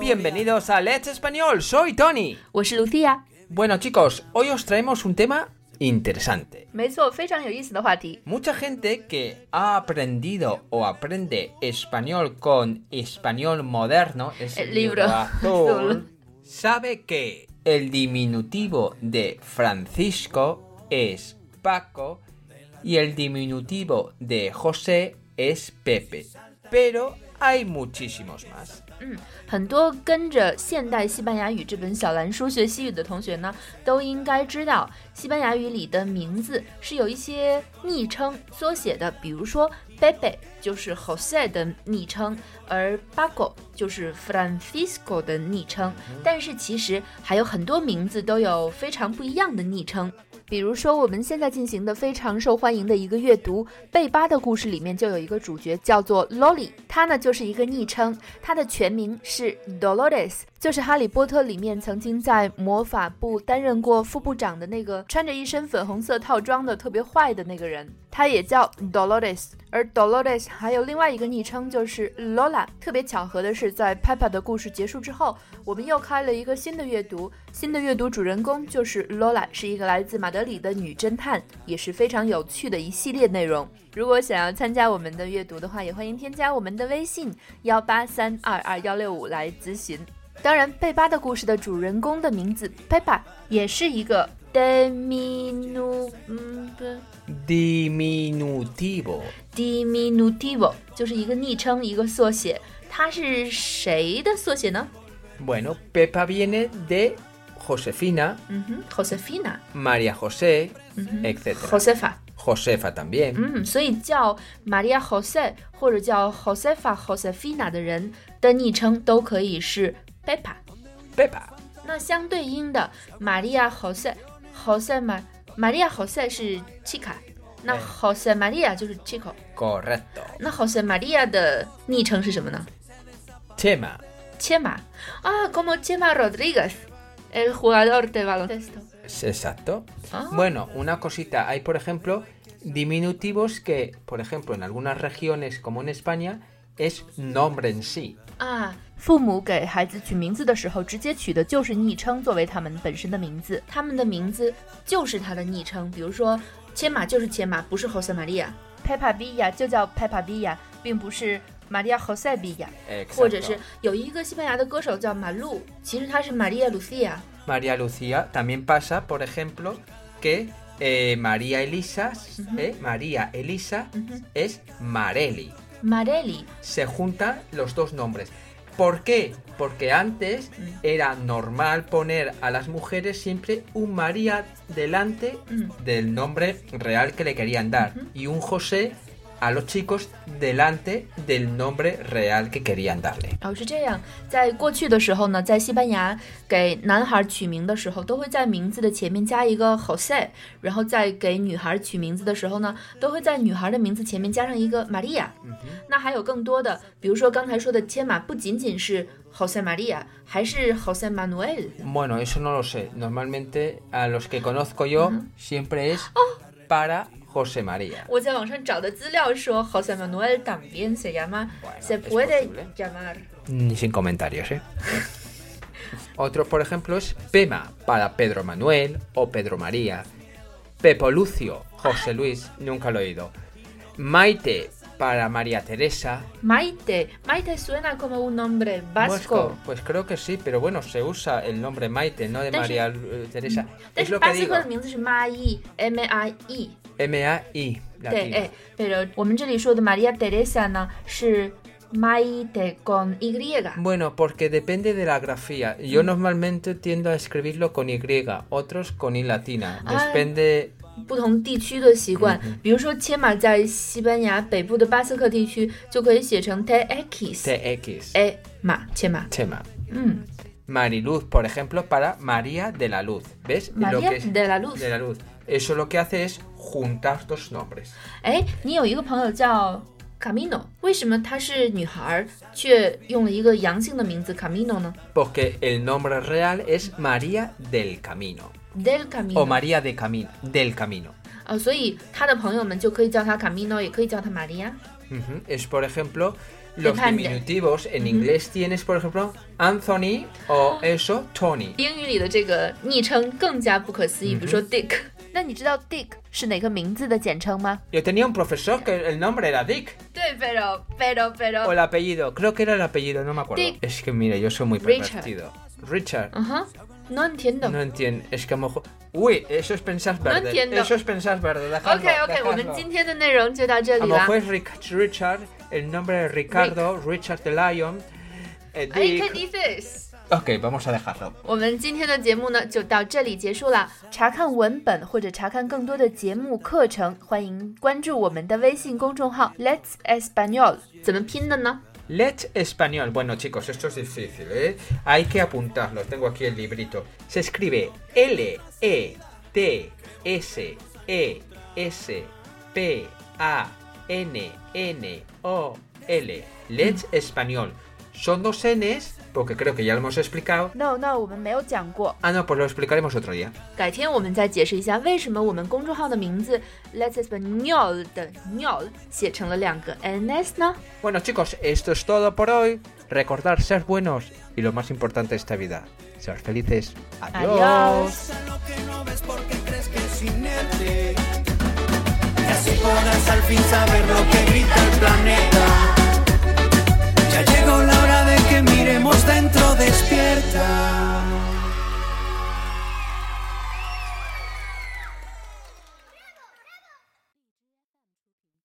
Bienvenidos a Let's Español, soy Tony. 我是 Lucia。 Bueno chicos, hoy os traemos un tema interesante. 没错，非常有意思的话题。 Mucha gente que ha aprendido o aprende español con español moderno, es El libro azul. sabe que el diminutivo de Francisco es Paco y el diminutivo de José es Pepe. Pero hay muchísimos más. 嗯，很多跟着《现代西班牙语》这本小蓝书学西语的同学呢，都应该知道，西班牙语里的名字是有一些昵称缩写的，比如说 Pepe 就是 Jose 的昵称，而 Paco 就是 Francisco 的昵称。但是其实还有很多名字都有非常不一样的昵称。比如说，我们现在进行的非常受欢迎的一个阅读《贝巴的故事》里面就有一个主角叫做 Lolly，她呢就是一个昵称，她的全名是 Dolores，就是《哈利波特》里面曾经在魔法部担任过副部长的那个穿着一身粉红色套装的特别坏的那个人，他也叫 Dolores。而 Dolores 还有另外一个昵称就是 Lola。特别巧合的是，在 Peppa 的故事结束之后，我们又开了一个新的阅读。新的阅读主人公就是 Lola，是一个来自马德里的女侦探，也是非常有趣的一系列内容。如果想要参加我们的阅读的话，也欢迎添加我们的微信幺八三二二幺六五来咨询。当然，贝巴的故事的主人公的名字 Peppa 也是一个 diminu 嗯不 Diminutivo. diminutivo，就是一个昵称，一个缩写。它是谁的缩写呢？ Bueno, Pepa viene de Josefina, 嗯哼，Josefina， María José, etc. Josefa。 Josefa también. 嗯，所以叫 Maria Jose 或者叫 Josefa Josefina 的人的昵称都可以是 Peppa。 Pepa. 那相对应的 Maria Jose Jose Ma Maria Jose 是 Chica，那哎 Jose Maria 就是 Chico。 Correcto. 那 Jose Maria 的昵称是什么呢？ Tema. Chema 啊，como Chema Rodriguez，el jugador de baloncesto。 Es Exacto. Ah. Bueno, una cosita. Hay, por ejemplo, diminutivos que, por ejemplo, en algunas regiones, como en España, es nombre en sí. 啊，父母给孩子取名字的时候，直接取的就是昵称作为他们本身的名字，他们的名字就是他的昵称。比如说，切马就是切马，不是 Jose Maria。Peppa Villa 就叫 Peppa Villa，并不是 Maria Jose Villa。 Exacto. 或者是有一个西班牙的歌手叫马路，其实他是 Maria Lucia。 María Lucía. También pasa, por ejemplo, que eh, María Elisa, eh, María Elisa es Mareli. Mareli， se juntan los dos nombres. ¿Por qué? Porque antes era normal poner a las mujeres siempre un María delante Mm. del nombre real que le querían dar y un José a los chicos delante del nombre real que querían darle. 哦，是这样。在过去的时候呢，在西班牙给男孩取名的时候，都会在名字的前面加一个 Jose，然后再给女孩取名字的时候呢，都会在女孩的名字前面加上一个 Maria。那嗯还有更多的，比如说刚才说的切马，不仅仅是 Jose Maria，还是 Jose Manuel。 Bueno, eso no lo sé. Normalmente a los que conozco yo siempre es para José María. 我在网上找的资料说，Jose Manuel también se llama Bueno, se es puede posible. llamar。 Ni sin comentarios, ¿eh? Otro, por ejemplo, es Pema para Pedro Manuel o Pedro María. Pepo Lucio, José Luis, nunca lo he oído. Maite para María Teresa. Maite, Maite suena como un nombre vasco. Vasco, Pues creo que sí, pero bueno, se usa el nombre Maite, no de Pero María eh, Teresa. 但 Es 是 lo 巴 que 斯 digo. 克的名字是 Mai M I E， M-A-I. 对， latina. 哎，对了，我们这里说的 Maria Teresa 呢是 Mai de con Y， Bueno, porque depende de la grafía. Yo Mm. normalmente tiendo a escribirlo con Y, otros con I latina. Ah. Depende 不同地区的习惯，比如说切马在西班牙北部的巴斯克地区就可以写成 t e x TX. 哎马切马， Tema. 嗯 Mariluz, por ejemplo, para María de la Luz. ¿Ves? lo ，Maria que es de la Luz， de la Luz. Eso lo que hace es juntar dos nombres. 哎，你有一个朋友叫 Camino，为什么她是女孩儿却用了一个阳性的名字 Camino 呢 Porque el nombre real es María del Camino. ？Del Camino， O María de Camino. Del Camino. 啊，所以他的朋友们就可以叫他卡米诺，也可以叫他玛利亚。 Ujú. Es, por ejemplo, Los Depende. diminutivos en inglés tienes, por ejemplo, Anthony o Ah. eso, Tony. 英语里的这个昵称更加不可思议，比如说 Dick。那 你知道 Dick 是哪个名字的简称吗？ Yo tenía un profesor que el nombre era Dick 对，pero pero o pero， el apellido, creo que era el apellido, no me acuerdo. Dick. Es que mira, yo soy muy Richard. pervertido. Richard. 嗯哼，no entiendo。 No entiendo, es que a lo mejor... Uy, eso es pensar verde. entiendo. Eso es pensar verde, dejadlo, OK OK， dejadlo. 我们今天的内容就到这 A lo 里啦 mejor。es Ric- Richard, el nombre de Ricardo, Richard the Lion, eh, I can Dick. do this。 Ok, vamos a dejarlo. 我们今天的节目呢就到这里结束了。查看文本或者查看更多的节目课程，欢迎关注我们的微信公众号 Let's Espanol。怎么拼的呢？ Let español. Bueno, chicos, esto es difícil, ¿eh? Hay que apuntarlo. Tengo aquí el librito. Se escribe L E T S E S P A N N O L. Let español. Son dos N's, porque creo que ya lo hemos explicado. No No，我们没有讲过。 Ah, no, pues lo explicaremos otro día. 改天我们再解释一下为什么我们公众号的名字 Let's Espanol 的 Nol 写成了两个 ns 呢？ Bueno, chicos, esto es todo por hoy. Recordar ser buenos y lo más importante de esta vida, ser felices. Adiós. Adiós. a lo que no ves porque crees que es inerte. Y así podrás al fin saber lo que grita el planeta.